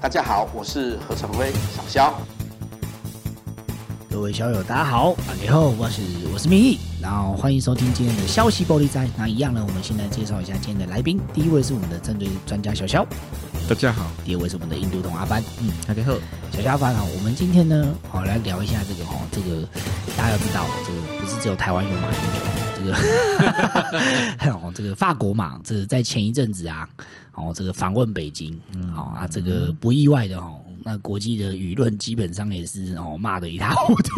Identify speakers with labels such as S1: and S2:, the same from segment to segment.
S1: 大家好，我是何成辉，小肖。
S2: 各位小友，大家好，啊，你好，我是我是明义，然后欢迎收听今天的消息暴力斋。那一样呢，我们现在介绍一下今天的来宾，第一位是我们的战队专家小肖，
S3: 大家好，
S2: 第二位是我们的印度同阿班，嗯，
S3: 大家好，
S2: 小肖阿班啊，我们今天呢，好、来聊一下这个哈、哦，这个大家要知道，这个不是只有台湾有马英九，这个 还有这个法国马，这个在前一阵子啊，哦，这个访问北京，嗯，哦啊，这个不意外的哦。那国际的舆论基本上也是哦骂的一塌糊 涂，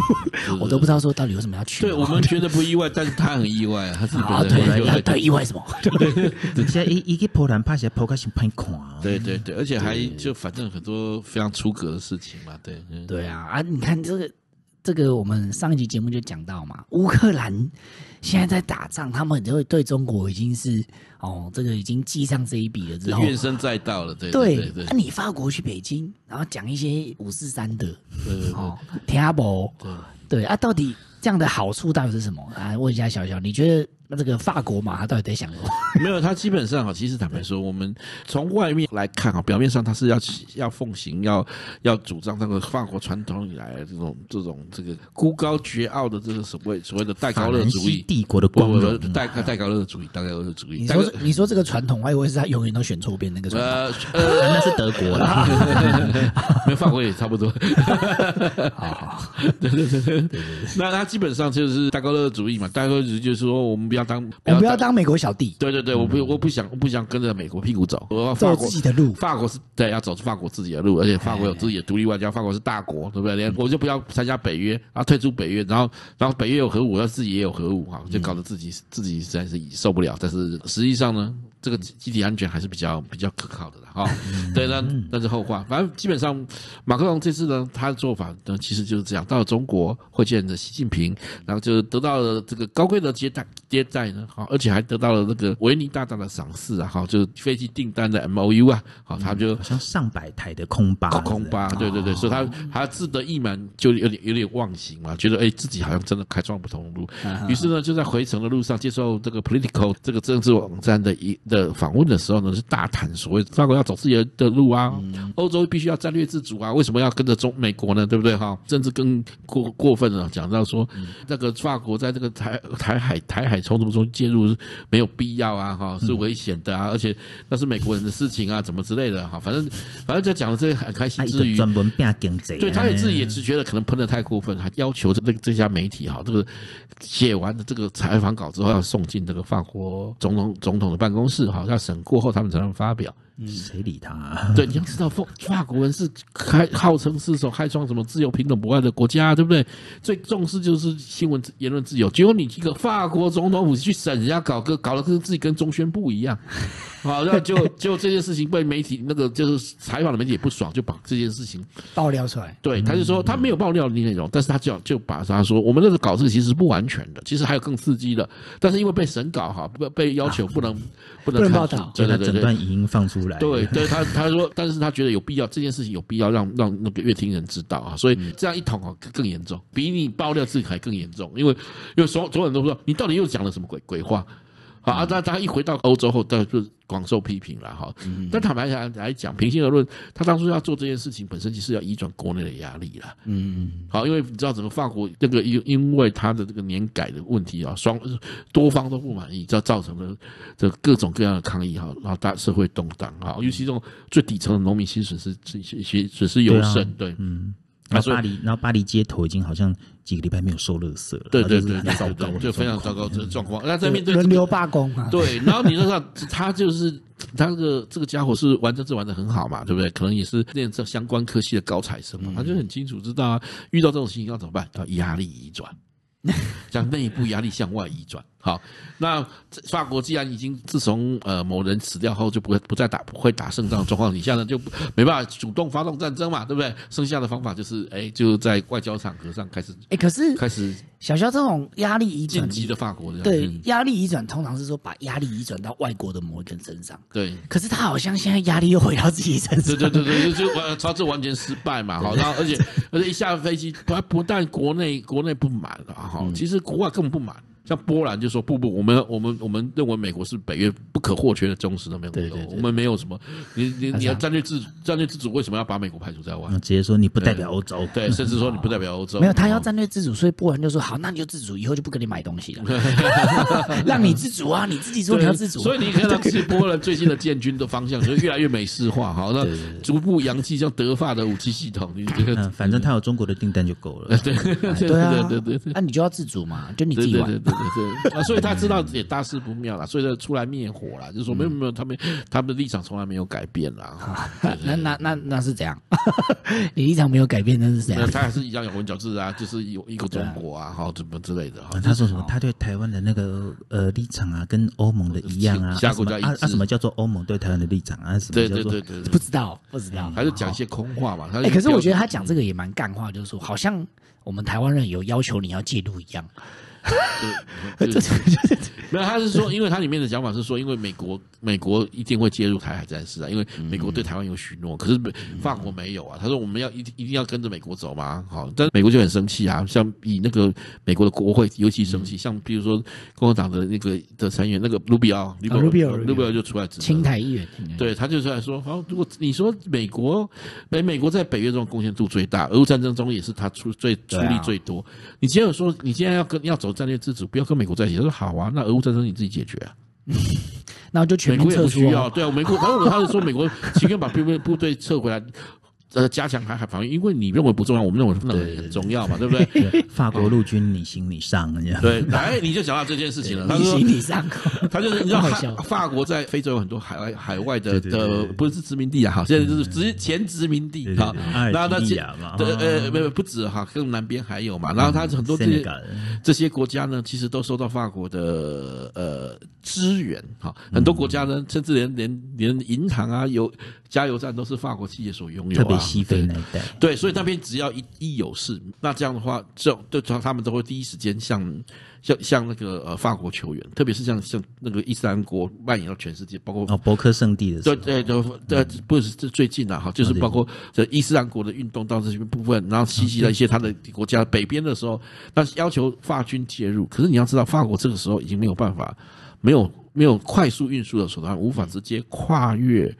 S2: 我都不知道说到底为什么要去。
S3: 对我们觉得不意外，但是他很意外，他是
S2: 啊，
S3: 觉
S2: 对
S3: 得很意
S2: 对
S3: 外，
S2: 对，意外什么？
S4: 而且伊伊去波兰拍些 p o d c 拍看啊，
S3: 对对
S2: 嗯
S3: 对，而且还就反正很多非常出格的事情嘛，对，嗯
S2: 对啊，啊，你看这个这个，我们上一集节目就讲到嘛，乌克兰现在在打仗，他们就对中国已经是哦，这个已经记上这一笔了之后，
S3: 怨声载道了，对
S2: 对
S3: 对，对
S2: 那、你法国去北京，然后讲一些五四三的
S3: 对
S2: 哦，听阿伯，对啊，到底这样的好处到底是什么？来问一下小小，你觉得那这个法国嘛，他到底在想什么？
S3: 没有，他基本上啊，其实坦白说，我们从外面来看啊，表面上他是要要奉行要要主张这个法国传统以来的这种这种这个孤高绝傲的这个所谓所谓的戴高乐主义，
S4: 帝国的
S3: 不
S4: 光
S3: 不不
S4: 荣，
S3: 戴戴高乐主义，戴高乐主义，
S2: 你
S3: 戴高
S2: 说你说这个传统，我以为是他永远都选错边那个传统。
S3: 呃呃，
S4: 那是德国啦，
S3: 没有法国也差 不多。对对对对对。那他基本上就是戴高乐主义嘛，戴高乐主义就是说我们不要当，
S2: 我哎们不要。嗯当美国小弟，
S3: 对对对，我不我不想我不想跟着美国屁股走，我要法
S2: 走
S3: 国
S2: 自己的哎路。
S3: 法国是对要走法国自己的路，而且法国有自己的独立外交，法国是大国，对不对？
S2: 嗯
S3: 连我就不要参加北约，然后退出北约，然后然后北约有核武，要自己也有核武哈，就搞得自己
S2: 嗯
S3: 自己实在是受不了。但是实际上呢，这个集体安全还是比较比较可靠的啦哈。对，那那是后话。反正基本上，马克龙这次呢，他的做法呢，其实就是这样，到了中国会见着习近平，然后就得到了这个高贵的接待接待呢，好，而且还得到了那个维尼大大的赏识啊，好，就是飞机订单的 M O U 啊，好，他就
S4: 好像上百台的空巴，
S3: 哦空空巴，对对对，所以他他自得意满，就有点有点忘形嘛，觉得哎自己好像真的开创不同路，于是呢就在回程的路上接受这个 Political 这个政治网站的一的访问的时候呢，是大谈所谓法国要走自己的路啊，欧洲必须要战略自主啊，为什么要跟着中美国呢？对不对哈？甚至更过过分了，讲到说那个法国在这个台台海台海冲突中介入没有必要啊，哈，是危险的啊，而且那是美国人的事情啊，怎么之类的哈，反正反正就讲的这个很开心
S4: 他一
S3: 之
S4: 个
S3: 余。
S4: 啊专门变经济，啊
S3: 对，他也自己也只觉得可能喷的太过分，还要求这个这家媒体哈，这个写完的这个采访稿之后要送进这个法国总统总统的办公室哈，要审过后他们才能发表。
S4: 谁理他啊？
S3: 对，你要知道，法法国人是开号称是所开创什么自由、平等、博爱的国家，对不对？最重视就是新闻自言论自由。结果你一个法国总统府去审人家搞个，搞得跟自己跟中宣部一 样，好，那就就这件事情被媒体那个就是采访的媒体也不爽，就把这件事情
S2: 爆料出来。
S3: 对，他就说他没有爆料的内容，但是他就就把他说我们那个稿子其实不完全的，其实还有更刺激的，但是因为被审稿哈，被被要求不能不
S2: 不
S3: 能
S2: 能
S3: 刊
S2: 报道
S3: 出对
S4: 他
S3: 对对
S4: 整
S3: 对
S4: 段语音放出来，啊
S3: 对，对他他说，但是他觉得有必要，这件事情有必要让让那个乐听人知道啊，
S4: 嗯
S3: 所以这样一捅哦更更严重，比你爆料自己还更严重，因为因为所所有人都说你到底又讲了什么鬼鬼话。好
S4: 嗯
S3: 啊，那他一回到欧洲后，当然就是广受批评了哈。
S4: 嗯
S3: 但坦白来来讲，平心而论，他当初要做这件事情本身，其实要移转国内的压力啦。好，因为你知道整个法国那个因因为它的这个年改的问题啊，双多方都不满意，这造成了这各种各样的抗议哈，然后大社会动荡哈，
S4: 嗯
S3: 尤其这种最底层的农民薪水是是是是损失尤甚，对，
S4: 嗯，
S3: 啊
S4: 然
S3: 所
S4: 后
S3: 以
S4: 巴黎，然后巴黎街头已经好像几个礼拜没有收垃圾了，
S3: 对
S4: 然后
S3: 对
S4: 就是
S3: 对
S4: 很糟
S3: 对
S4: 糕
S3: 对，
S4: 的
S3: 就非常糟糕这个状
S4: 嗯
S3: 况。那在面对这
S2: 轮
S3: 个
S2: 流罢工啊，
S3: 对，然后你知道他就是他这个这个家伙是玩政治玩的很好嘛，对不对？可能也是念这相关科系的高材生嘛，他就很清楚知道啊，遇到这种情形要怎么办？要压力移转， 向内部压力向外移转。好，那这法国既然已经自从呃某人死掉后就不会不再打不会打胜仗的状况底下呢，就没办法主动发动战争嘛，对不对？剩下的方法就是哎，就在外交场合上开始
S2: 哎，可是
S3: 开始
S2: 小肖这种压力移
S3: 晋
S2: 转，
S3: 级的法国人，
S2: 对
S3: 嗯
S2: 压力移转通常是说把压力移转到外国的某一个人身上，
S3: 对。
S2: 可是他好像现在压力又回到自己身上
S3: 对。对对对，就就完，他这完全失败嘛，哈，然后而啊
S2: 嗯
S3: 且而且一下飞机，他不但国内国内不满了哈，其实国外根本不满，像波兰就说不不，我们我们我们认为美国是北约不可或缺的忠实的盟友，
S2: 对对对
S3: 我们没有什么，你你
S2: 他
S3: 你要
S2: 想
S3: 战略自战略自主，为什么要把美国排除在外
S4: 然？后直接说你不代表欧洲，
S3: 对，甚至说你不代表欧
S2: 嗯
S3: 洲，啊
S2: 没有，他要战略自主，所以波兰就说好，那你就自主，以后就不跟你买东西 了，让你自主啊，你自己说
S3: 对，
S2: 你要自主啊，
S3: 所以你 看到其实波兰最新的建军的方向就是越来越美式化，好，那逐步扬弃像德法的武器系统，你这个
S4: 嗯，反正他有中国的订单就够了。
S3: 对 对对
S2: 对啊，
S3: 对对对。
S2: 那你就要自主嘛，就你自
S3: 对
S2: 己
S3: 对
S2: 玩
S3: 对。对对对，啊，所以他知道也大事不妙了，所以他出来灭火了，就说没有没有，他们他们的立场从来没有改变啦。
S2: 那那那那是怎样？ 你立场没有改变，那是怎
S3: 那
S2: 样？
S3: 他还是一样有混淆制啊，就是有一个中国啊，好怎么之类的。
S4: 啊他说什么？他对台湾的那个呃立场啊，跟欧盟的一样啊。
S3: 其他
S4: 啊什
S3: 国
S4: 么
S3: 家一
S4: 啊
S3: 致
S4: 啊，什么叫做欧盟对台湾的立场啊？什么
S3: 对
S4: 叫
S3: 对
S4: 做
S3: 对对，
S2: 不知道，不知道。
S3: 还是讲一些空话嘛。
S2: 哎、可是我觉得他讲这个也蛮干话，就是说，好像我们台湾人有要求你要戒毒一样。
S3: 他 没有，他是说，因为他里面的讲法是说，因为美国美国一定会介入台海战事啊，因为美国对台湾有许诺，可是美法国没有啊。他说我们要一定一定要跟着美国走嘛，好，但是美国就很生气啊，像以那个美国的国会尤其生气，像比如说共和党的那个的成员那个卢比奥，卢
S2: 啊，Rubio，
S3: 卢比奥就出来指责
S2: 青台议员，
S3: 对，他就出来说，哦好，如果你说美国，美美国在北约中的贡献度最大，俄乌战争中也是他出最出
S2: 对啊
S3: 力最多。你今天有说，你今天要跟要走战略自主，不要跟美国在一起，他说好啊，那俄乌战争你自己解决啊，
S2: 然后就
S3: 美
S2: 全民
S3: 国也
S2: 撤
S3: 不
S2: 出
S3: 需
S2: 哦、
S3: 要，对啊，美国，然后他就说美国情愿把部队部队撤回来。呃，加强海海防御，因为你认为不重要，我们认为那很重要嘛，对不对？
S4: 对 法国陆军你行你上，这样
S3: 对，来，你就讲到这件事情了。他
S2: 你
S3: 说
S2: 行你上，
S3: 他就是你知道
S2: 好
S3: 法
S2: 笑
S3: 法国在非洲有很多海外海外的
S4: 对对对
S3: 的
S4: 对
S3: 不是殖民地啊，哈，现在就是殖前殖民
S4: 对
S3: 地
S4: 对
S3: 哈
S4: 对阿，尔
S3: 然后
S4: 及
S3: 那
S4: 利
S3: 些
S4: 亚嘛
S3: 对
S4: 哈嗯
S3: 呃没有不止哈，更南边还有嘛，然后他很多这些
S4: Senegal
S3: 这些国家呢，其实都受到法国的呃支援哈，
S4: 嗯
S3: 很多国家呢，甚至连连连银行啊、油加油站都是法国企业所拥有啊，
S4: 特别西非
S3: 对
S4: 那一带。
S3: 对，所以那边只要一一有事，那这样的话，这种对他们都会第一时间向向向那个呃法国求援，特别是像像那个伊斯兰国蔓延到全世界，包括
S4: 哦，博客圣地的时
S3: 对
S4: 候，
S3: 对对对，不是这最近啊，哈，就是包括这伊斯兰国的运动到这些部分，然后袭击了一些他的国家北边的时候，那要求法军介入。可是你要知道，法国这个时候已经没有办法，没有没有快速运输的手段，无法直接跨越。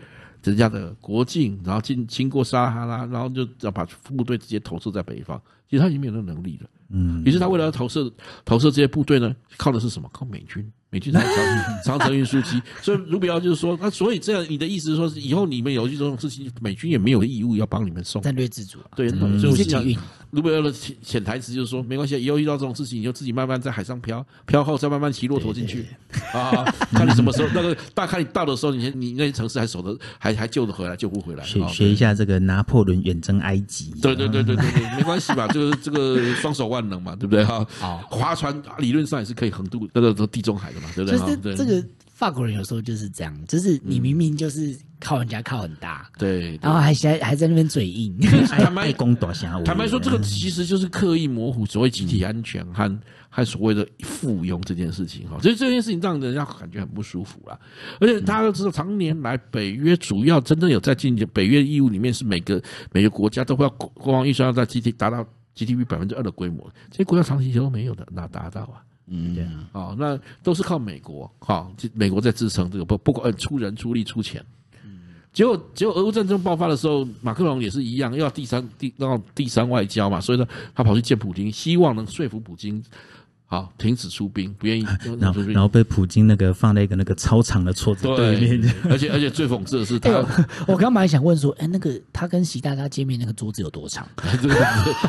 S3: 人家的国境，然后经经过撒哈拉，然后就要把部队直接投射在北方。其实他已经没有那个能力了。
S4: 嗯，
S3: 于是他为了要投射投射这些部队呢，靠的是什么？靠美军，美军才有 长长城运输机。所以卢比奥就是说，那所以这样，你的意思是说，以后你们有这种事情，美军也没有义务要帮你们送。
S2: 战略自主、啊，
S3: 对，
S2: 你
S3: 所以我
S2: 自
S3: 心
S2: 己
S3: 想，
S2: 运。
S3: 卢比奥的潜潜台词就是说，没关系，以后遇到这种事情，你就自己慢慢在海上漂，漂后再慢慢骑骆驼进去啊，看你什么时候那个大看你到的时候，你先你那些城市还守得还还救得回来，救不回来。
S4: 学
S3: 啊
S4: 学一下这个拿破仑远征埃及。
S3: 对对对对对对，没关系吧？这个这个双手万能嘛，对不对哈？
S2: 好
S3: 划船啊理论上也是可以横渡那个地中海的嘛， 对不啊对？
S2: 就
S3: 哈
S2: 是
S3: 对
S2: 这个法国人有时候就是这样，就是你明明就是靠人家靠很大，
S3: 对。
S2: 然后还还还在那边嘴硬。
S4: 爱，
S3: 坦白
S4: 哎爱公大侠，嗯
S3: 坦白说，这个其实就是刻意模糊所谓集体安全和和所谓的附庸这件事情哈，所以这件事情让人家感觉很不舒服啦。而且大家都知道，常年来北约主要真正有在进行北约义务里面，是每个每个国家都会要国国防预算要在 GDP 达到 GDP 百分之二的规模，这些国家长期以来都没有的，哪达到啊？
S2: 嗯，
S3: 哦，那都是靠美国，哈、这美国在支撑这个，不不管呃出人出力出钱。
S4: 嗯
S3: 结果，结果俄乌战争爆发的时候，马克龙也是一样，要第三第要第三外交嘛，所以呢，他跑去见普京，希望能说服普京，好停止出兵，不 愿意停止
S4: 然后
S3: 出
S4: 然
S3: 兵。
S4: 后被普京那个放在一个那个超长的桌子对面，
S3: 对，而且而且最讽刺的是 他，
S2: 我刚本来想问说，哎、那个他跟习大大见面那个桌子有多长？
S3: 这个，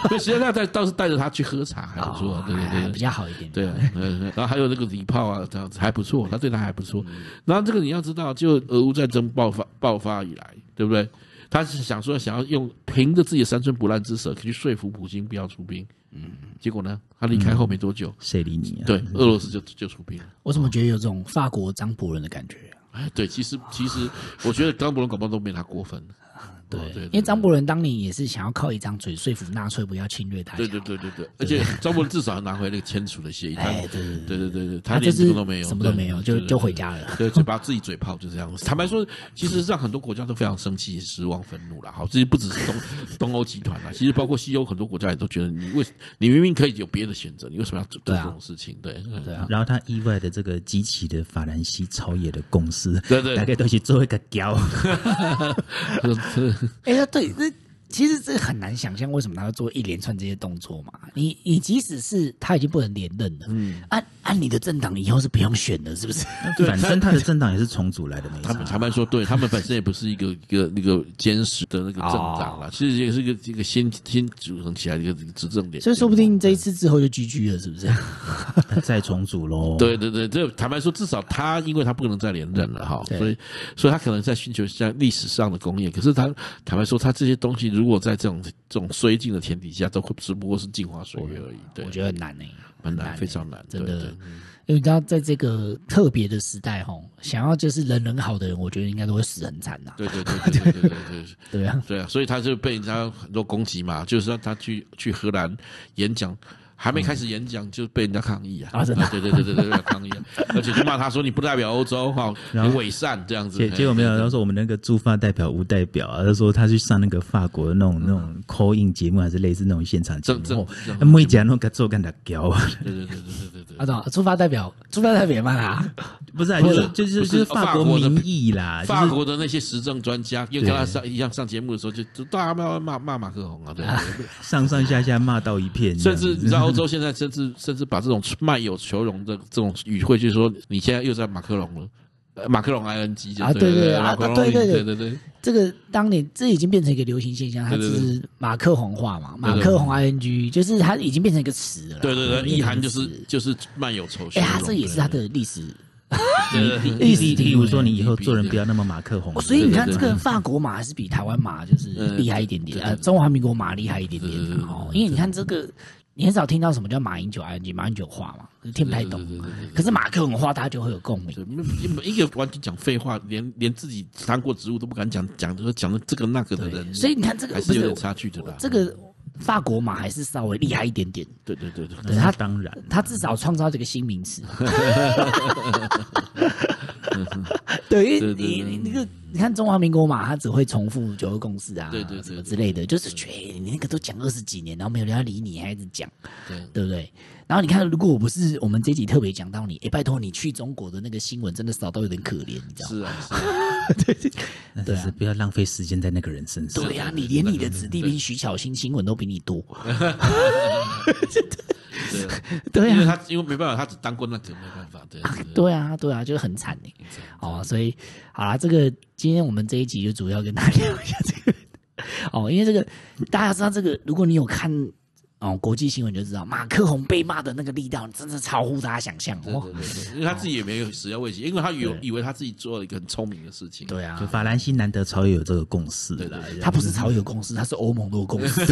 S3: 对，习大大带倒是带着他去喝茶，还不
S4: 哦
S3: 错，对对对
S2: 还哎比较好一点。
S3: 对啊，嗯，然后还有那个礼炮啊，这样子还不错，他对他还不错。
S2: 嗯
S3: 然后这个你要知道，就俄乌战争爆发爆发以来，对不对？他是想说想要用凭着自己的三寸不烂之舌去说服普京不要出兵，嗯，结果呢，他离开后没多久，
S4: 谁理
S2: 嗯
S4: 你啊？
S3: 对，俄罗斯就就出兵了。
S2: 我怎么觉得有种法国张伯伦的感觉啊、
S3: 哎，对，其实其实我觉得张伯伦搞不好都没他过分，
S2: 对
S3: 对对，
S2: 因为张伯伦当年也是想要靠一张嘴说服纳粹不要侵略他
S3: 对对
S2: 侨
S3: 对对对，而且张伯伦至少拿回那个签署的协议，他
S2: 哎对对
S3: 对对对对，
S2: 他
S3: 连
S2: 就是
S3: 这个都没有，
S2: 什么都没有
S3: 对
S2: 就
S3: 对对
S2: 就回家了
S3: 对，嘴巴自己嘴炮就这样。坦白说，其实让很多国家都非常生气、失望、愤怒了。好，这不只是东 东欧集团啦，其实包括西欧很多国家也都觉得，你为你明明可以有别的选择，你为什么要做做
S2: 对啊
S3: 这种事情？对
S2: 对
S3: 对
S2: 啊，
S4: 然后他意外的这个激起了法兰西朝野的共识，
S3: 对对
S4: 大概都去做一个雕，
S2: 哎、呀，对，这其实这很难想象为什么他要做一连串这些动作嘛。你你即使是他已经不能连任了，嗯，按按你的政党以后是不用选的，是不是？
S4: 反正他的政党也是重组来的，没
S3: 他们
S4: 错。
S3: 坦白说，对他们本身也不是一个一个那个坚实的那个政
S2: 哦
S3: 党啦，其实也是一个一个新新组成起来的一个执政点，
S2: 所以说不定这一次之后就 GG 了，是不是？
S4: 再重组喽。，
S3: 对对对，这坦白说，至少他因为他不可能再连任了哈，
S2: 对
S3: 所以所以他可能在寻求像历史上的工业。可是他坦白说，他这些东西如果在这种这种绥靖的天底下，都会只不过是镜花水月而已。对，
S2: 我觉得很难呢、
S3: 蛮难，
S2: 欸
S3: 非常难，
S2: 真
S3: 对
S2: 的
S3: 对。
S2: 因为你知道，在这个特别的时代，吼，想要就是人人好的人，我觉得应该都会死很惨呐、
S3: 对对对对对对对对
S2: 对啊，
S3: 对啊！所以他就被人家很多攻击嘛，就是让他去去荷兰演讲。还没开始演讲就被人家抗议啊！
S2: 啊真的
S3: 对对对对对对，抗议啊，而且就骂他说你不代表欧洲哈，你
S4: 然后
S3: 伪善这样子。
S4: 结结果没有，
S3: 哎
S4: 然后说我们那个驻法代表吴代表啊，他说他去上那个法国的那种那种 call in 节目，还是类似那种现场节
S3: 正正
S4: 目，
S3: 正
S4: 哦每一家那个做干的雕啊，
S3: 对对对对对对
S2: 阿
S3: 对。
S2: 总，啊出发代表，出发代表也骂他，
S4: 不是啊，
S3: 不
S4: 就是是就是
S3: 不
S4: 就是是
S3: 法
S4: 法
S3: 国
S4: 国
S3: 的
S4: 民意
S2: 啊
S4: 啦，
S3: 法
S4: 就是
S3: 国的那些时政专家，又跟他上一样上节目的时候，就就大家骂骂骂马克龙啊，对，
S4: 上上下下骂到一片这
S3: 甚
S4: 样子，
S3: 至你知道欧洲现在甚至甚至把这种卖友求荣的这种语汇，就是说你现在又在马克龙了，呃马克龙 ing 就
S2: 啊
S3: 对
S2: 对对啊
S3: 马克龙
S2: 对对对
S3: 对对对，
S2: 这个当年这已经变成一个流行现象，它
S3: 对对对
S2: 是马克宏化嘛，马
S3: 对对
S2: 克宏 ING，就是它已经变成一个词了啦。
S3: 对对对，
S2: 变成一
S3: 意
S2: 哎个
S3: 涵就是
S2: 词
S3: 就是卖友仇
S2: 哎、
S3: 羞
S2: 它
S3: 荣，
S2: 这也是它的历史。
S3: 对对
S4: 例例例如说，你以后
S3: 比
S4: 做人不要那么马克宏
S2: 哦，，所以你看，
S3: 对
S2: 这
S3: 对
S2: 个法国马还是比台湾马就是厉害一点点，
S3: 对对对
S2: 呃，中华民国马厉害一点点
S3: 对对对
S2: 啊哦。因为你看这个，你很少听到什么叫马英九 ING，马英九话嘛，就听不太懂
S3: 对对对对对。
S2: 可是马克宏话，大家就会有共鸣。
S3: 对，没一个完全讲废话，连连自己当过职务都不敢讲，讲的讲的这个那个的人，
S2: 所以你看这个
S3: 还
S2: 不
S3: 是
S2: 是
S3: 有点差距的啦。
S2: 这个法国马还是稍微厉害一点点，
S3: 对对对对，
S4: 那是
S2: 他
S4: 当然
S2: 他至少创造这个新名 词。对，因为
S3: 对对对
S2: 你你那个你看中华民国嘛，他只会重复九二共识啊，
S3: 对对对
S2: 什么之类的，就是觉得你那个都讲二十几年，然后没有人要理你，还一直讲，
S3: 对
S2: 对不对？然后你看，如果我不是我们这一集特别讲到你，哎，拜托你去中国的那个新闻真的少到有点可怜，你知道吗？
S3: 是啊是啊，
S4: 那就是不要浪费时间在那个人身上。
S2: 对呀、你连你的子弟兵徐巧芯新闻都比你多，
S3: 对啊。
S2: 对呀、
S3: 因为他因为没办法，他只当过那个，没办法，对对对
S2: 对啊，对啊，就是很惨哎。哦，所以好啦，这个今天我们这一集就主要跟大家聊一下这个。哦，因为这个大家知道，这个如果你有看哦国际新闻，就知道马克宏被骂的那个力道，真的超乎大家想象哦。
S3: 对对，因为他自己也没有始料未及，因为他有以为他自己做了一个很聪明的事情，
S2: 对
S4: 就
S2: 啊，
S4: 法兰西难得朝野有这个共识啦，
S2: 他不是超有公司，他是欧盟都有公司。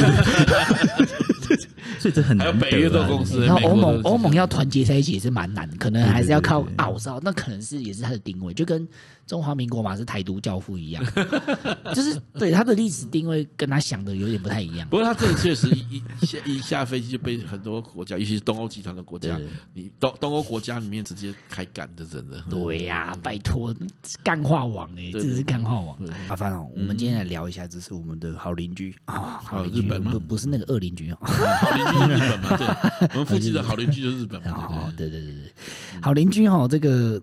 S4: 所以这很
S3: 还有
S4: 难
S3: 北约
S4: 得
S3: 都
S4: 啊。
S3: 公司，
S2: 然后
S3: 美
S2: 欧
S3: 国
S2: 盟
S3: 都
S2: 欧盟要团结在一起也是蛮难的，可能还是要靠澳洲，那可能是也是它的定位，就跟中华民国嘛是台独教父一样， 就是对它的历史定位跟他想的有点不太一样。
S3: 不过他这个确实一一下一下飞机就被很多国家，尤其是东欧集团的国家，你东东欧国家里面直接开干的，真的。
S2: 对呀、拜托，干话王哎、欸，
S3: 对
S2: 这是干话王。麻烦哦，我们今天来聊一下，这是我们的好邻居啊，好邻居
S3: 日本吗
S2: 不不是那个恶邻 居哦。
S3: 好邻居就是日本嘛，对，我们附近的好邻居就是日本嘛
S2: 哦，，对对对对，好邻居哦，这个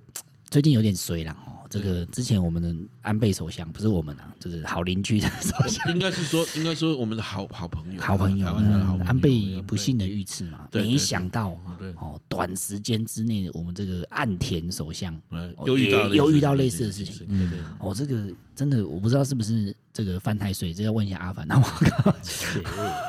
S2: 最近有点衰了哦。这个之前我们的安倍首相不是我们啊，就是好邻居的首相。
S3: 对应该是说，应该说我们的好好朋 友，
S2: 好朋友嗯
S3: 台湾的好朋友
S2: 安倍不幸的遇刺嘛，
S3: 对对对
S2: 没想到
S3: 对
S2: 哦，短时间之内，我们这个岸田首相
S3: 嗯
S2: 哦
S3: 又遇到
S2: 也
S3: 了
S2: 又遇到类似的事情。
S3: 对对 对
S2: 哦，这个真的我不知道是不是这个犯太岁，这要问一下阿凡。那我靠，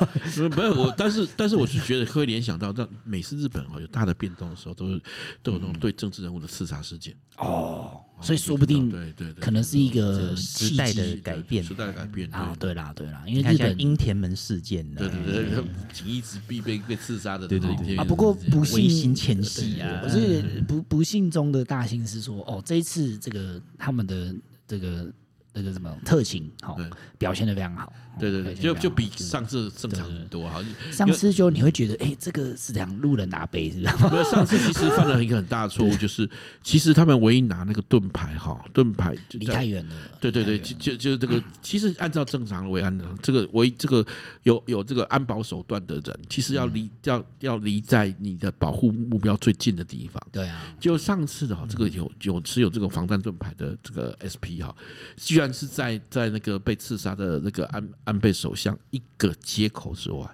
S3: 不不是我，但是但是我是觉得会联想到，让每次日本哦有大的变动的时候，都是都有那种对政治人物的刺杀事件，
S2: 哦，嗯所以说不定
S3: 对对对，
S2: 可能是一个
S4: 时代
S2: 契机
S4: 的改变
S3: 时代的改变
S2: 啊，对啦对啦，因
S4: 你
S2: 为
S4: 看
S2: 日
S4: 一下
S2: 本
S4: 樱田门事件呢
S3: 对，对对
S2: 嗯
S3: 对，锦衣之必被被刺杀的对对对
S2: 啊，不过不
S4: 维
S2: 幸
S4: 新前夕啊
S2: 可，是不不幸中的大幸是说，哦，这一次这个他们的这个那个什么特勤，好、
S3: 对
S2: 表现的非常好。哦
S3: 对对对，
S2: 表现得
S3: 就
S2: 非常
S3: 就
S2: 好
S3: 比上次正常很多哈。
S2: 上次就你会觉得，哎、这个是怎样路人拿杯是吧？
S3: 因为上次其实犯了一个很大的错误，就是其实他们唯一拿那个盾牌哈，盾牌就
S2: 离
S3: 在
S2: 太远了，
S3: 对对对，就就就是这个，其实按照正常的维安的这个维这个有有这个安保手段的人，其实要离要要离在你的保护目标最近的地方。
S2: 对啊，
S3: 就上次的哈，这个有有持有这个防弹盾牌的这个 SP 哈，居然是在在那个被刺杀的那个安安倍首相一个街口之外。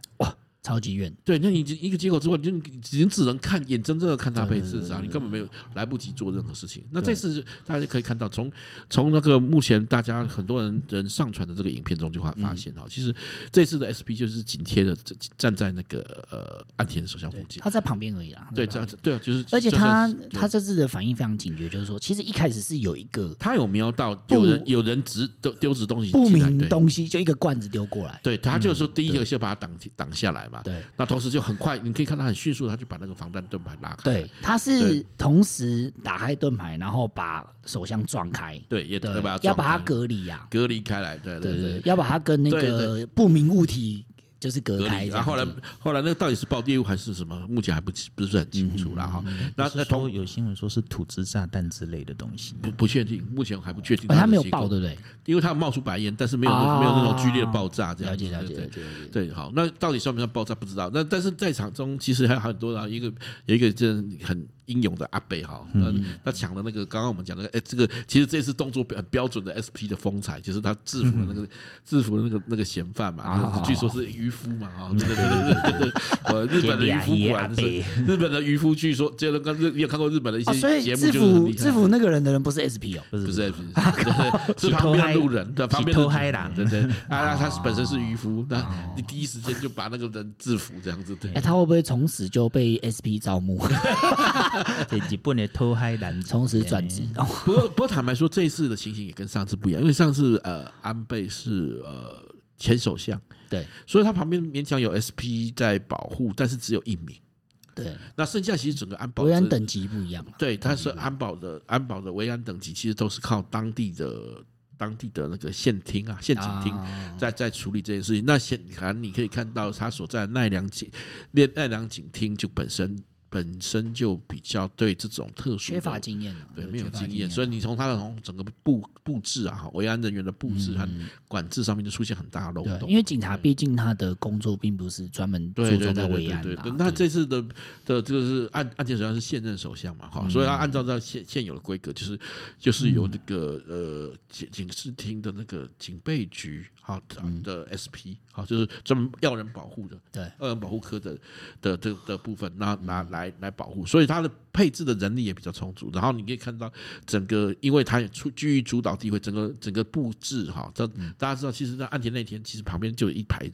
S2: 超级远，
S3: 对，那你已经一个结果之后，你就你只只能看眼睁睁的看他被自杀，你根本没有来不及做任何事情。那这次大家可以看到，从从那个目前大家很多人人上传的这个影片中就会
S2: 嗯
S3: 发现哈，其实这次的 SP 就是紧贴着这站在那个呃岸田首相附近，
S2: 他在旁边而已啦。
S3: 对，
S2: 吧
S3: 这样子对啊，就是
S2: 而且
S3: 就算
S2: 他
S3: 是
S2: 他这次的反应非常警觉，就是说，其实一开始是有一个
S3: 他有瞄到
S2: 不
S3: 有人有人直丢丢着东西
S2: 不
S3: 进来
S2: 明
S3: 对
S2: 东西，就一个罐子丢过来，
S3: 对，他就是说第一个先把它挡挡下来嘛，
S2: 对，
S3: 那同时就很快，你可以看他很迅速，他就把那个防弹盾牌拉开，
S2: 对，他是同时打开盾牌，然后把手枪撞开，
S3: 对，也
S2: 对
S3: 对吧？，
S2: 要把它
S3: 撞开
S2: 隔离呀，
S3: 隔离开来，对
S2: 对
S3: 对
S2: 对
S3: 对，，
S2: 要把它跟那
S3: 对
S2: 个不明物体就是
S3: 隔
S2: 隔开
S3: 离。
S2: 这
S3: 然
S2: 样子。
S3: 后后来后来那个到底是爆地狱还是什么，目前还不清不是很清楚了
S2: 嗯
S3: 哈。那
S4: 是
S3: 那
S4: 说
S3: 同
S4: 有新闻说是土制炸弹之类的东西，
S3: 不不确定，目前还不确定
S2: 哦，
S3: 它
S2: 他
S3: 的
S2: 没有
S3: 结构
S2: 爆，对不对？
S3: 因为它冒出白烟，但是没有
S2: 啊
S3: 没有那种剧烈的爆炸这样
S2: 了
S3: 子。
S2: 解了解
S3: 对
S2: 了
S3: 对
S2: 解。了解
S3: 对，好，那到底算不算爆炸不知道。那但是在场中其实还有很多啊，一个有一个真的很英勇的阿贝哈，那他抢了那个刚刚我们讲的，哎，这个其实这次动作很标准的 SP 的风采，就是他制服了那个制服了那个那个嫌犯嘛，
S2: 啊
S3: 据说是渔夫嘛，啊，对对对对对对，呃，日本的渔夫果然
S2: 天
S3: 是日本的渔夫，据说这个刚日你有看过日本的一
S2: 哦，所
S3: 些
S2: 以
S3: 节目
S2: 制
S3: 就是很
S2: 服
S3: 厉害
S2: 制服那个人的人不是 SP 哦，
S4: 不是
S3: 不是 F，对是旁边的路人，对，旁边的
S4: 偷嗨啦
S3: 对对。啊，他本身是渔夫，那你第一时间就把那个人制服，这样子，对
S2: 哎，。他会不会从此就被 SP 招募，
S4: 这日本的 偷嗨男
S3: 啊
S2: 从此转职？哦，
S3: 不过，不过坦白说，这一次的情形也跟上次不一样，因为上次呃，安倍是呃前首相，
S2: 对
S3: 所以他旁边勉强有 SP 在保护，但是只有一名。
S2: 对，
S3: 那剩下其实整个安保
S2: 维安
S3: 这
S2: 等级不一样啊了。
S3: 对，它是
S2: 嗯
S3: 安保的安保的维安等级，其实都是靠当地的当地的那个县厅啊、县警厅
S2: 啊
S3: 在在处理这件事情。那显然你可以看到，他所在的奈良警奈奈良警厅就本身本身就比较对这种特殊
S2: 缺
S3: 的
S2: 乏经验啊
S3: 对，没有经验，
S2: 以
S3: 所以你从他的从整个布布置啊，哈维安人员的布置和管制上面就出现很大的漏
S2: 嗯对，
S3: 洞
S2: 因。为警察毕竟他的工作并不是专门
S3: 对
S2: 注
S3: 对
S2: 重在
S3: 对
S2: 维
S3: 对
S2: 安
S3: 对
S2: 的
S3: 对
S2: 啊，，
S3: 那这次的的这个是按按键首相是现任首相嘛，哈，所以
S2: 嗯
S3: 要按照这现现有的规格，就是就是由那个呃警警视厅的那个警备局好的 SP 好，就是专门要人保护的，
S2: 嗯对
S3: 要人保护科的的这的部分，那拿来来保护，所以它的配置的人力也比较充足。然后你可以看到整个，因为它也出居于主导地位，整个整个布置哈，这
S2: 嗯
S3: 大家知道，其实在岸田那天，其实旁边就有一排人。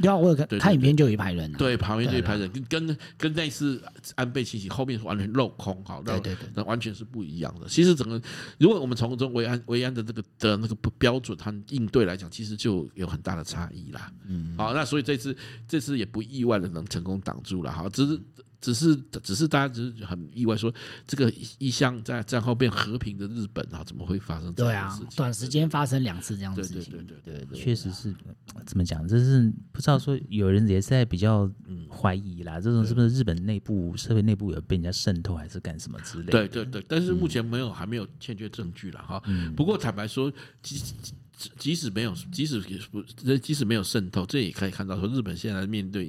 S2: 对啊，我有看
S3: 对对
S2: 看影片就有一排人啊，
S3: 对，旁边这一排人跟跟跟那一次安倍信息后面完全镂空，好，那
S2: 对对对
S3: 那完全是不一样的。其实整个，如果我们从中维安维安的这个的那个标准和应对来讲，其实就有很大的差异啦。嗯，好，那所以这次这次也不意外的能成功挡住了，好，只是。只是只是大家只是很意外说，这个一向在战后变和平的日本啊，怎么会发生这
S2: 对
S3: 样的
S2: 啊
S3: 事，情？
S2: 短时间发生两次这样的
S3: 对
S2: 事
S3: 对对
S2: 情，
S3: 对
S2: 对对，
S4: 确实是呃怎么讲？这是不知道说有人也是在比较
S3: 嗯
S4: 怀疑啦，这种是不是日本内部社会内部有被人家渗透，还是干什么之类的？嗯
S3: 对对对，但是目前没有，还没有欠缺证据了哈。不过坦白说，即即即使没有，即使不，即使没有渗透，这也可以看到说，日本现在面对，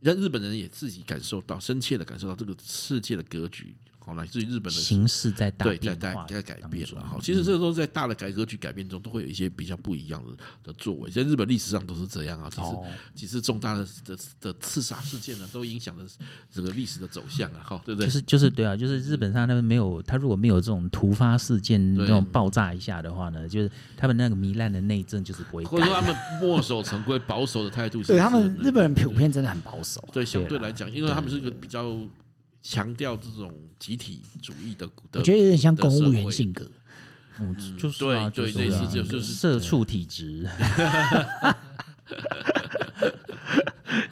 S3: 让日本人也自己感受到，深切的感受到这个世界的格局，好，来自于日本的
S4: 形势在大
S3: 对，在
S4: 变
S3: 在
S4: 化
S3: 在改
S4: 当
S3: 变
S4: 中嗯
S3: 了哈。其实这都在大的改革去改变中，都会有一些比较不一样的的作为。在日本历史上都是这样啊，几次、
S4: 哦
S3: 几次重大的的的刺杀事件呢，都影响了整个历史的走向啊，哈，对不对？
S4: 就是就是对啊，就是日本上他们没有，他如果没有这种突发事件
S3: 对
S4: 那种爆炸一下的话呢，就是他们那个糜烂的内政就是不会
S3: 或者
S4: 改。
S3: 说他们墨守成规、保守的态度是，
S2: 对他们日本人普遍真的很保守，啊
S3: 对相对来讲，因为他们是一个比较强调这种集体主义的，
S2: 我觉得有点像
S3: 的
S2: 公务
S3: 社
S2: 员
S3: 会
S2: 性格，
S4: 嗯，就是啊
S3: 对对
S4: 就是啊
S3: 类似这就是
S4: 社畜体质。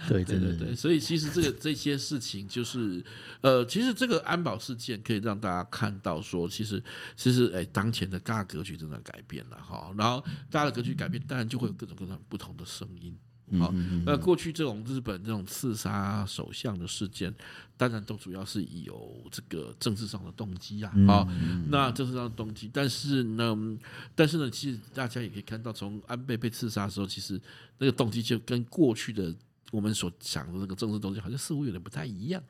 S2: 对，真
S3: 对
S2: 的，
S3: 对对，所以其实这个这些事情就是，呃，其实这个安保事件可以让大家看到说，其实其实哎，当前的大格局正在改变了哈，然后大家的格局改变，当然就会有各种各样不同的声音。
S2: 嗯
S3: 好，那过去这种日本这种刺杀首相的事件，当然都主要是有这个政治上的动机啊，啊，那政治上的动机，但是呢，但是呢，其实大家也可以看到，从安倍被刺杀的时候，其实那个动机就跟过去的我们所想的那个政治动机，好像似乎有点不太一样。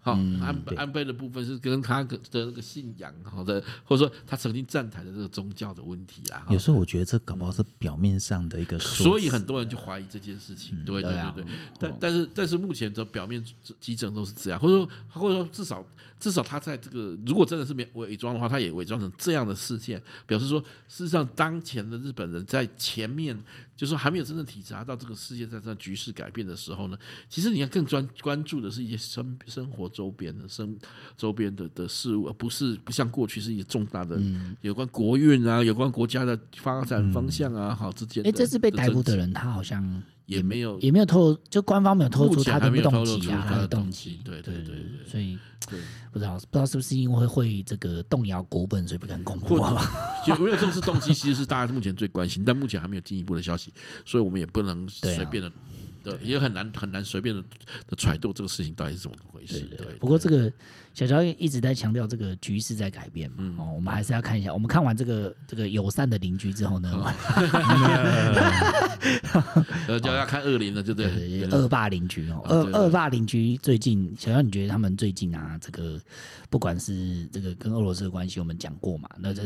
S3: 好，安
S4: 对
S3: 安倍的部分是跟他的那个信仰，好的，或者说他曾经站台的这个宗教的问题啊啦，哈
S4: 有时候我觉得这搞不好是表面上的一个说辞，
S3: 所以很多人就怀疑这件事情，对对
S2: 对啊
S3: 对对。但但是但是目前的表面基证都是这样，或者说或者说至少至少他在这个如果真的是伪伪装的话，他也伪装成这样的事件，表示说事实上当前的日本人在前面就是说还没有真正体察到这个世界在这局势改变的时候呢，其实你要更专关注的是一些生生活周边的生周边的的事物，而不是不像过去是一个重大的、
S2: 嗯
S3: 有关国运啊，有关国家的发展方向啊，好之间的。
S2: 哎，嗯这次被逮捕的
S3: 的争执
S2: 人，他好像
S3: 也没有
S2: 也没有透露，就官方没有透露
S3: 目
S2: 出
S3: 前
S2: 他
S3: 还
S2: 的
S3: 没有
S2: 动
S3: 透露
S2: 机
S3: 出
S2: 啊，
S3: 他的
S2: 的动
S3: 动
S2: 机
S3: 机。对对对对
S2: 所以
S3: 对，
S2: 不知道不知道是不是因为会这个动摇国本，所以不敢公布
S3: 或
S2: 啊。
S3: 有没有正式动机，其实是大家目前最关心，但目前还没有进一步的消息，所以我们也不能
S2: 对啊
S3: 随便的，对，也很难很难随便的的揣度这个事情到底是怎么回事。对，
S2: 不过这个小乔一直在强调这个局势在改变嘛，
S3: 嗯
S2: 哦，我们还是要看一下。我们看完这个这个友善的邻居之后呢，
S3: 呃，就要看恶灵了，就对
S2: 对对
S3: 了，
S2: 对，恶霸邻居哦，
S3: 啊
S2: 恶
S3: 对对
S2: 恶霸邻居最近，小杨，你觉得他们最近啊，这个不管是这个跟俄罗斯的关系，我们讲过嘛，那这、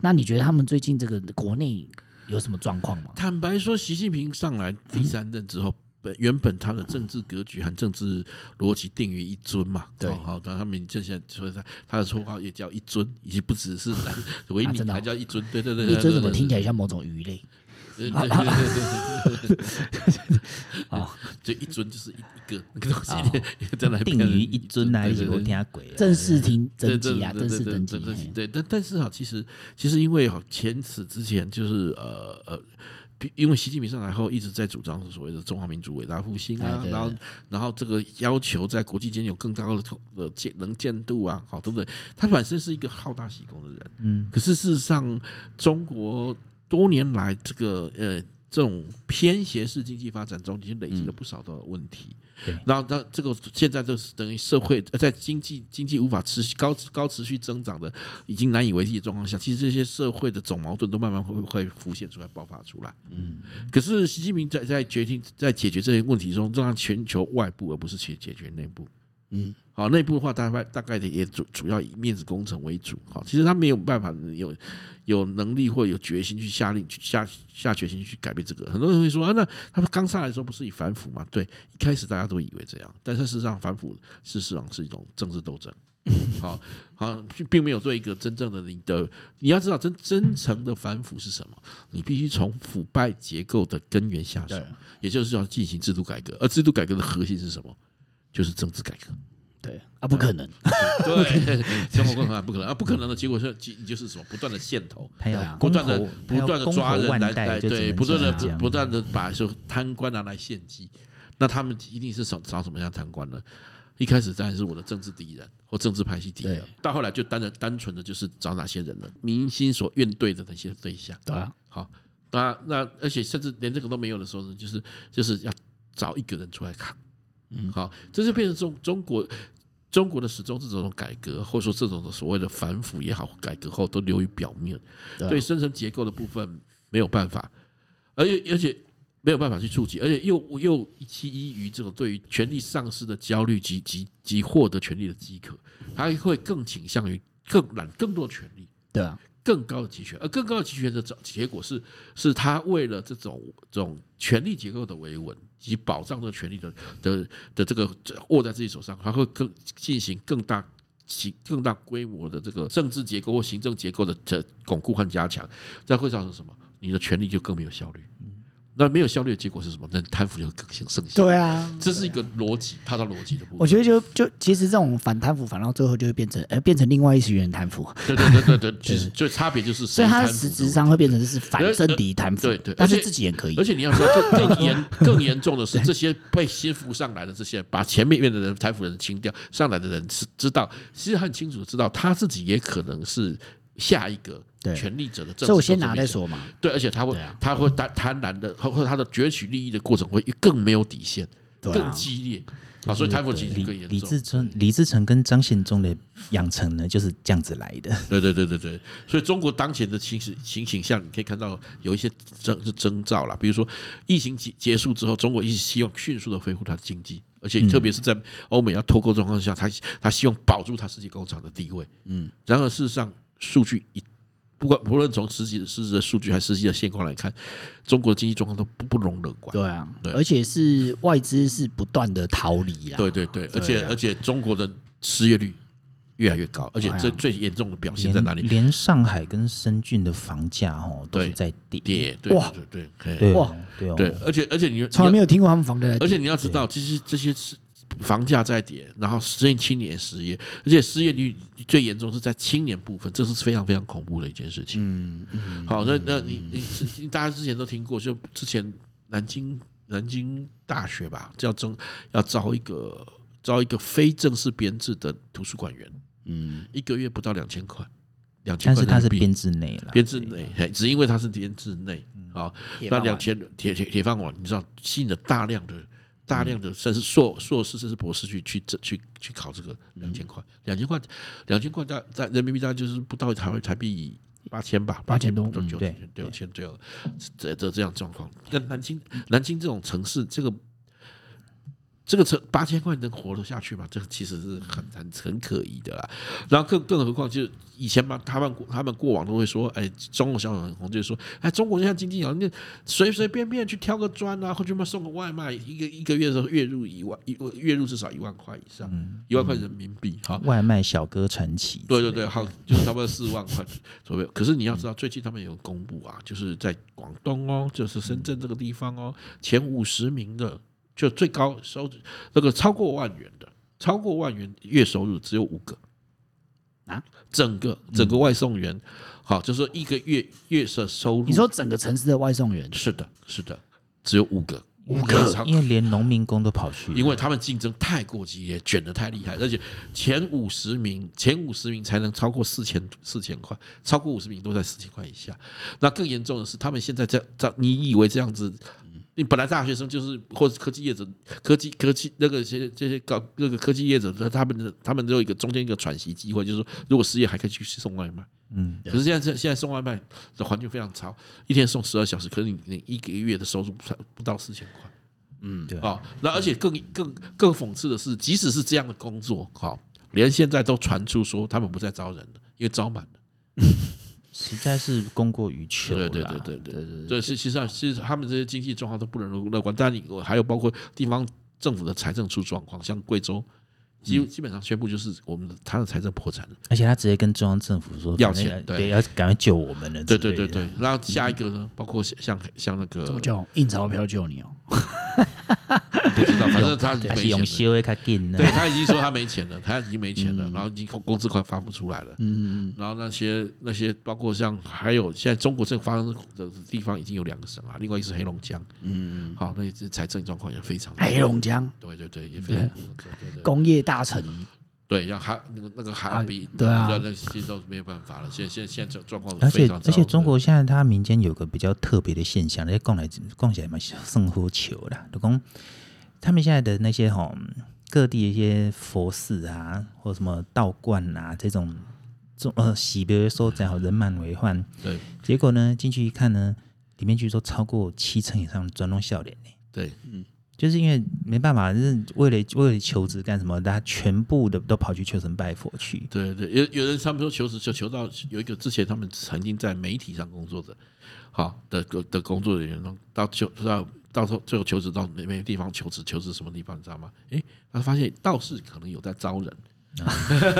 S2: 那你觉得他们最近这个国内有什么状况吗？
S3: 坦白说，习近平上来第三任之后，本原本他的政治格局和政治逻辑定于一尊嘛，
S2: 对
S3: 哦好，但他们现在所以他他的绰号也叫一尊，已经不只是维
S2: 啊
S3: 尼
S2: 真，的哦
S3: 还叫一尊，对对对，
S2: 你
S3: 对
S2: 这怎么听起
S3: 来？
S2: 来像某种鱼类？
S3: 对对对对对对对对
S2: 哦
S3: 就一尊就是一一个那个东西
S2: 哦，
S3: 真的
S4: 定于一尊啊，
S3: 对
S4: 一
S3: 对
S4: 起
S3: 对
S4: 我听他鬼啊，
S2: 正式听
S3: 对
S2: 登记啊，
S3: 对
S2: 正式
S3: 对
S2: 登
S3: 对对
S2: 记。
S3: 对，但但是哈，其实其实因为哈，前此之前就是呃呃。因为习近平上来后一直在主张所谓的中华民族伟大复兴
S2: 哎
S3: 啊，
S2: 对
S3: 然后然后这个要求在国际间有更高的呃见能见度啊，好对不对？他本身是一个好大喜功的人，
S4: 嗯，
S3: 可是事实上，中国多年来这个呃这种偏斜式经济发展中，已经累积了
S2: 嗯
S3: 不少的问题。
S4: 对
S3: 然后，那这个现在就是等于社会呃在经济经济无法持续高高持续增长的，已经难以为继的状况下，其实这些社会的总矛盾都慢慢会会浮现出来、爆发出来。可是习近平在在决定在解决这些问题中，让全球外部而不是去解决内部。
S1: 嗯，
S3: 好，内部的话大概大概的也主主要以面子工程为主。好，其实他没有办法有有能力或有决心去下令去下下决心去改变这个。很多人会说啊，那他们刚上来的时候不是以反腐嘛？对，一开始大家都以为这样，但是事实上反腐事实上是一种政治斗争。好好，并并没有对一个真正的你的，你要知道真真诚的反腐是什么，你必须从腐败结构的根源下手
S2: 对，
S3: 也就是要进行制度改革。而制度改革的核心是什么？就是政治改革。
S2: 对啊，不可能，
S3: 对，生活更难，不可能啊，不可能的结果是，你就是什么不断的线头，
S4: 他
S2: 对啊
S4: 要
S3: 不
S4: 公
S3: 断的
S4: 侯，他
S3: 不
S4: 要
S3: 断的
S4: 公
S3: 抓
S4: 侯
S3: 人
S4: 万
S3: 来
S4: 代
S3: 来
S4: 就只
S3: 对，
S4: 能
S3: 不断的
S4: 这样
S3: 不断的把说贪官拿来献祭，那他们一定是找找什么样的贪官呢？一开始当然是我的政治敌人或政治派系敌人
S2: 对，
S3: 到后来就单单单纯的就是找哪些人呢？民心所怨对的那些对象。
S2: 对啊，
S3: 好，那那而且甚至连这个都没有的时候呢，就是就是要找一个人出来扛。嗯，好，这就变成中中国中国的始终是这种改革，或者说这种所谓的反腐也好，改革后都流于表面，
S2: 对啊
S3: 对深层结构的部分没有办法，而且而且。没有办法去触及，而且又又其依于这种对于权力丧失的焦虑及及及获得权力的饥渴，他会更倾向于更揽更多权力，
S2: 对啊，
S3: 更高的集权，而更高的集权的结果是，是他为了这种这种权力结构的维稳及保障这个权力的的的这个握在自己手上，他会更进行更大行更大规模的这个政治结构或行政结构的的巩固和加强，这样会造成什么？你的权力就更没有效率。那没有效率的结果是什么？那贪腐就更兴盛行。
S2: 对啊，
S3: 这是一个逻辑，它的逻辑的部
S2: 我
S3: 分。
S2: 觉得就就其实这种反贪腐，反到最后就会变成，呃，变成另外一群人贪腐，
S3: 对对对对对，其实就差别就是，
S2: 所以它实质，上会变成是反
S3: 而
S2: 政敌贪腐，
S3: 对对
S2: 但是
S3: 而且
S2: 自己也可以
S3: 而，且你要说更更严更严重的是，这些被先扶上来的这些，把前面面的人贪腐人清掉，上来的人是知道，其实很清楚地知道他自己也可能是下一个
S2: 对
S3: 权力者的政治
S2: 所以我先
S3: 斗争
S2: 拿
S3: 对
S2: 再
S3: 象
S2: 说嘛。啊
S3: 对，而且他会，他会贪贪婪的，或或他的攫取利益的过程会更没有底线，
S2: 对啊
S3: 更激烈啊，所以贪腐其实
S4: 李
S3: 更严
S4: 李
S3: 重
S4: 自。成、李自成跟张献忠的养成呢，就是这样子来的。
S3: 对对对对对，所以中国当前的情形情形下，你可以看到有一些征是征兆啦，比如说疫情结结束之后，中国一直希望迅速的恢复它的经济，而且特别是在欧美要脱钩状况下，它它希望保住它世界工厂的地位。嗯，然而事实上，数据一不管不论从实际的实质的数据还是实际的现况来看，中国的经济状况都不不容乐观。
S2: 对啊，
S3: 对
S2: 而且是外资是不断的逃离啊。
S3: 对对对，而且而且中国的失业率越来越高，而且
S2: 对啊
S3: 这最严重的表现在哪
S4: 连
S3: 里？
S4: 连上海跟深圳的房价哦，都是
S3: 对
S4: 在跌。
S3: 跌，对
S2: 哇
S3: 对对对
S4: 对
S3: 嘿
S2: 哇
S4: 对哦，
S3: 对，而且而且你
S2: 从来没
S3: 有，
S2: 有听过他们房贷在跌，
S3: 而且你要知道，这些这些是房价在跌，然后青青年失业，而且失业率最严重是在青年部分，这是非常非常恐怖的一件事情。
S2: 嗯，嗯
S3: 好，那那你你你大家之前都听过，就之前南京南京大学吧，要征要招一个招一个非正式编制的图书馆员，嗯，一个月不到两千块，两千
S4: 但
S3: 块
S4: 是它是
S3: 人民币
S4: 编制内了，
S3: 编制内，嘿只因为它是编制内啊，
S2: 嗯铁
S3: 那
S2: 饭碗嗯
S3: 两千铁铁铁饭碗，你知道吸引了大量的大量的甚至硕硕士甚至博士去去这去去考这个
S2: 嗯
S3: 两千块，两千块两千块大在人民币大概就是不到台湾台币八千吧，
S2: 八千多嗯
S3: 到九
S4: 对
S3: 千六千左右，这这这样状况。那南京南京这种城市，这个这个城八千块能活得下去吗？这个其实是很很很可疑的啦。然后更更何况就是以前嘛，他们他们过往都会说，哎，中国小网红就说，哎，中国就像经济好，那随随便便去挑个砖啊，或者嘛送个外卖，一个一个月的月入一万，一月入至少一万块以上，一万块人民币，好。
S4: 外卖小哥传奇。
S3: 对对对，好，就是差不多四万块左右。可是你要知道，最近他们有公布啊，就是在广东哦，就是深圳这个地方哦，前五十名的就最高收那个超过万元的，超过万元月收入只有五个
S2: 啊，
S3: 整个整个外送员，好，就是说一个月月的收入，
S2: 你说整个城市的外送员，
S3: 是的，是的，只有五个，
S4: 因为
S3: 五个超
S4: 因为连农民工都跑去了，
S3: 因为他们竞争太过激烈，卷得太厉害，而且前五十名前五十名才能超过四千四千块，超过五十名都在四千块以下。那更严重的是，他们现在在在你以为这样子，你本来大学生就是或者科技业者、科技科技那个些这些搞那个科技业者，他们的他们都有一个中间一个喘息机会，就是说如果失业还可以去送外卖。
S4: 嗯，
S3: 可是现在现现在送外卖的环境非常差，一天送十二小时，可是你你一个月的收入不不到四千块。
S4: 对
S3: 啊、那而且更更更讽刺的是，即使是这样的工作，好、连现在都传出说他们不再招人了，因为招满了。
S4: 实在是供过于求
S3: 对
S4: 啦。
S3: 对对对对对，所以是其实上其实他们这些经济状况都不能乐观。当然，你还有包括地方政府的财政出状况，像贵州。基基本上宣布就是我们的他的财政破产了，
S4: 而且他直接跟中央政府说
S3: 要
S4: 反正
S3: 钱对
S4: 对，要赶快救我们了之
S3: 对
S4: 类的。
S3: 对对对。然后下一个呢，包括像像那个
S2: 怎么叫印钞票救你哦？
S3: 不知道，反正他
S4: 还
S3: 没
S4: 是用
S3: 钱了，
S4: 修会较紧啊呢
S3: 对。他已经说他没钱了，他已经没钱了，然后已经工资快发不出来了。嗯，然后那些那些包括像还有现在中国正发生的地方已经有两个省啊，另外一个是黑龙江。嗯，好，那这财政状况也非常
S2: 黑龙江
S3: 对对对，也非常对对对
S2: 工业大城，
S3: 对，像哈那个那个哈尔滨，
S2: 对啊
S3: 那那些都没有办法了。现在现在现在状况
S4: 而
S3: 非
S4: 且
S3: 常糟
S4: 而且，中国现在它民间有个比较特别的现象，那些供来供起来嘛，圣火球啦，就讲他们现在的那些吼各地的一些佛寺啊，或什么道观啊这种，这种呃喜别说在好人满为患，
S3: 对
S4: 结果呢进去一看呢，里面据说超过七成以上转弄笑脸呢。
S3: 对
S4: 就是因为没办法，就是为了为了求职干什么，大家全部的都跑去求神拜佛去。
S3: 对对，有有人他们说求职就求到有一个之前他们曾经在媒体上工作的，好的的的工作人员，到求到到时候最后求职到哪哪个地方求职，求职什么地方你知道吗？诶，他发现道士可能有在招人，
S4: 啊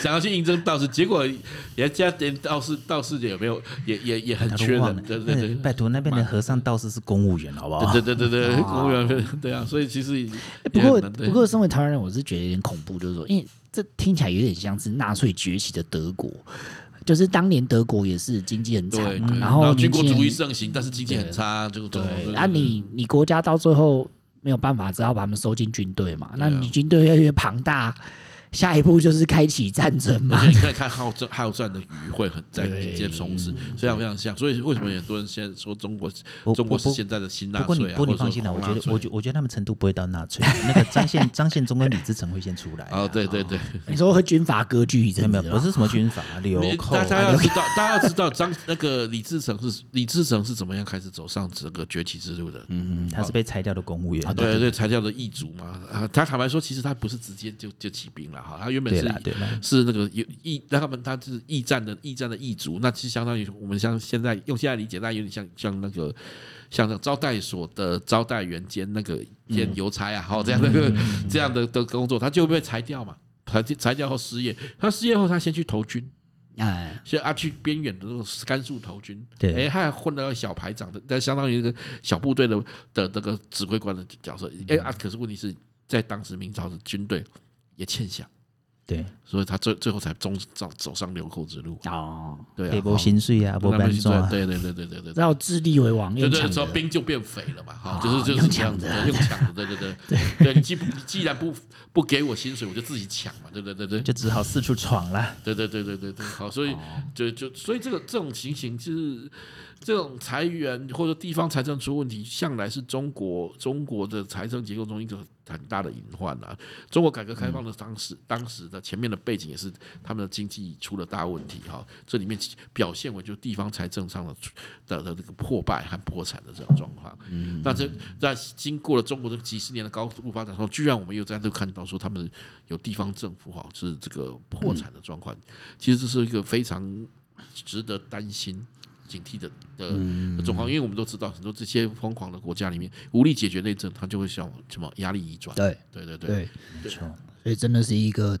S3: 想要去应征道士，结果人家连道士道士也没有，也也也很
S4: 他
S3: 缺
S4: 都忘
S3: 人
S4: 了，，
S3: 对对对
S4: 那。拜托，那边的和尚道士是公务员，好不好？
S3: 对对对对对，公务员对啊，所以其实也
S2: 哎不过
S3: 也很难对
S2: 不过，身为台湾人，我是觉得有点恐怖，就是说，因为这听起来有点像是纳粹崛起的德国，就是当年德国也是经济很惨
S3: 对，对，
S2: 嗯然
S3: 后
S2: 年
S3: 军国
S2: 轻人
S3: 主义盛行，但是经济很差，就
S2: 对，那、你你国家到最后没有办法，只好把他们收进军队嘛。那你军队越来越庞大，下一步就是开启战争 嘛
S3: 而。且你看看好战好战的鱼会很在民间充斥，非常非常像。所以为什么很多人现在说中国
S4: 不
S3: 中国
S4: 不
S3: 是
S4: 不
S3: 现在的新纳
S4: 不过你
S3: 粹啊？
S4: 不过
S3: 或
S4: 你
S3: 者
S4: 放心啦，
S3: 说红纳
S4: 我觉得
S3: 粹
S4: 我觉我觉得他们程度不会到纳粹， 那个张献张献忠跟李自成会先出来啊。
S3: 哦，对对对，
S2: 你说会军阀割据一
S4: 没有
S2: 阵
S4: 没
S2: 子
S4: 有，
S2: 吗，
S4: 不是什么军阀流
S3: 你
S4: 寇
S3: 大家
S4: 啊
S3: 要
S4: 流
S3: 知道，大家要知道张那个李自成是李自成是怎么样开始走上这个崛起之路的？
S4: 嗯，他是被裁掉的公务员。
S3: 啊对对，才叫做异族嘛。啊，他坦白说，其实他不是直接就就起兵了哈，他原本
S4: 对
S3: 是
S4: 啦对啦
S3: 是那个有异，他们他是驿站的驿站的异族，那其实相当于我们像现在用现在理解，那有点像像那个像那招待所的招待员兼那个兼邮差啊，好、这样的、个 这样的的工作，他就被裁掉嘛。裁裁掉后失业，他失业后他先去投军，
S2: 哎，
S3: 所以啊，去边远的那种甘肃投军，
S4: 对
S3: 哎，他还混到小排长的，但相当于一个小部队的的这个指挥官的角色，哎啊，可是问题是在当时明朝的军队也欠饷，
S4: 对，
S3: 所以他最最后才中走走上流寇之路，
S2: 哦，
S3: 对
S4: 黑
S3: 啊，
S4: 波
S3: 好
S4: 薪水啊，波
S3: 那不
S4: 班
S3: 是
S4: 装啊，
S3: 对对对对对对对。
S2: 要自立为王，
S3: 对
S2: 用
S3: 对，
S2: 抢
S3: 说
S2: 的。
S3: 兵就变匪了嘛，哈，
S2: 哦
S3: 就是就是
S2: 用
S3: 这
S2: 抢
S3: 样子
S2: 的，
S3: 用抢的，对对对，对你既不你既然不不给我薪水，我就自己抢嘛，对对对对，
S4: 就只好四处闯了。
S3: 对对对对对对，好，所以就就所以这个这种情形就是这种裁员或者地方财政出问题，向来是中国中国的财政结构中一个很大的隐患啊。中国改革开放的当时，当时的前面的背景也是他们的经济出了大问题哈、这里面表现为就地方财政上的出的的这个破败和破产的这种状况。那这在经过了中国的几十年的高度发展后，居然我们又再度看到说他们有地方政府哈是这个破产的状况，其实这是一个非常值得担心。警惕的的的状况，因为我们都知道很多这些疯狂的国家里面无力解决内政，它就会像什么压力移转，
S2: 对
S3: 对对对
S2: 对，
S4: 没错，
S2: 所以真的是一个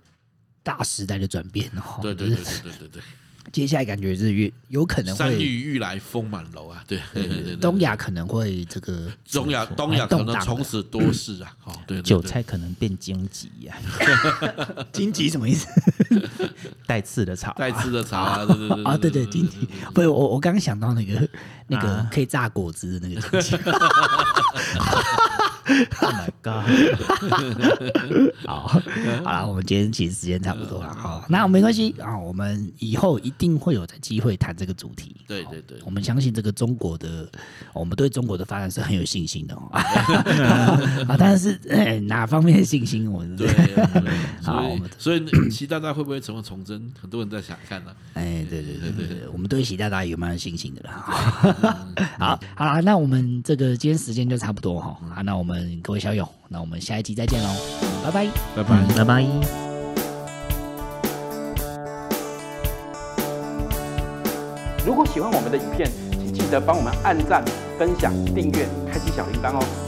S2: 大时代的转变哦。
S3: 对对
S2: 就
S3: 对
S2: 是
S3: 对对对
S2: 接下来感觉是越有可
S3: 对，
S2: 能
S3: 山
S2: 会
S3: 雨欲来风满楼啊，对对对对，对
S2: 东亚可能会这个哎
S3: 东亚东亚可
S2: 动
S3: 能
S2: 荡
S3: 从
S2: 的
S3: 此多事啊，哦对对对
S4: 韭菜可能变荆棘啊呀，
S2: 荆棘什么意思？
S4: 带刺的草啊，
S3: 带刺的茶啊，对对对啊
S2: 啊，对对，荆棘，不是我，我刚刚想到那个那个可以榨果汁的那个荆棘。
S4: Oh my god！
S2: 好，好了，我们今天其实时间差不多了，
S3: 嗯
S2: 好，那没关系啊，我们以后一定会有的机会谈这个主题。
S3: 对对对
S2: 我们相信这个中国的，我们对中国的发展是很有信心的哦。 啊，但是、哎哪方面的信心，我们
S3: 对对，对
S2: 好我们嗯
S3: 所以所以习大大会不会成为崇祯？很多人在想看啊呢，
S2: 哎，对对对对对，我们对习大大也蛮有信心的啦。好，好啦，那我们这个今天时间就差不多哈、啊，那我们各位小友，那我们下一集再见喽，拜拜。
S3: 拜 拜。
S4: 嗯拜拜。
S1: 如果喜欢我们的影片，请记得帮我们按赞、分享、订阅、开启小铃铛哦。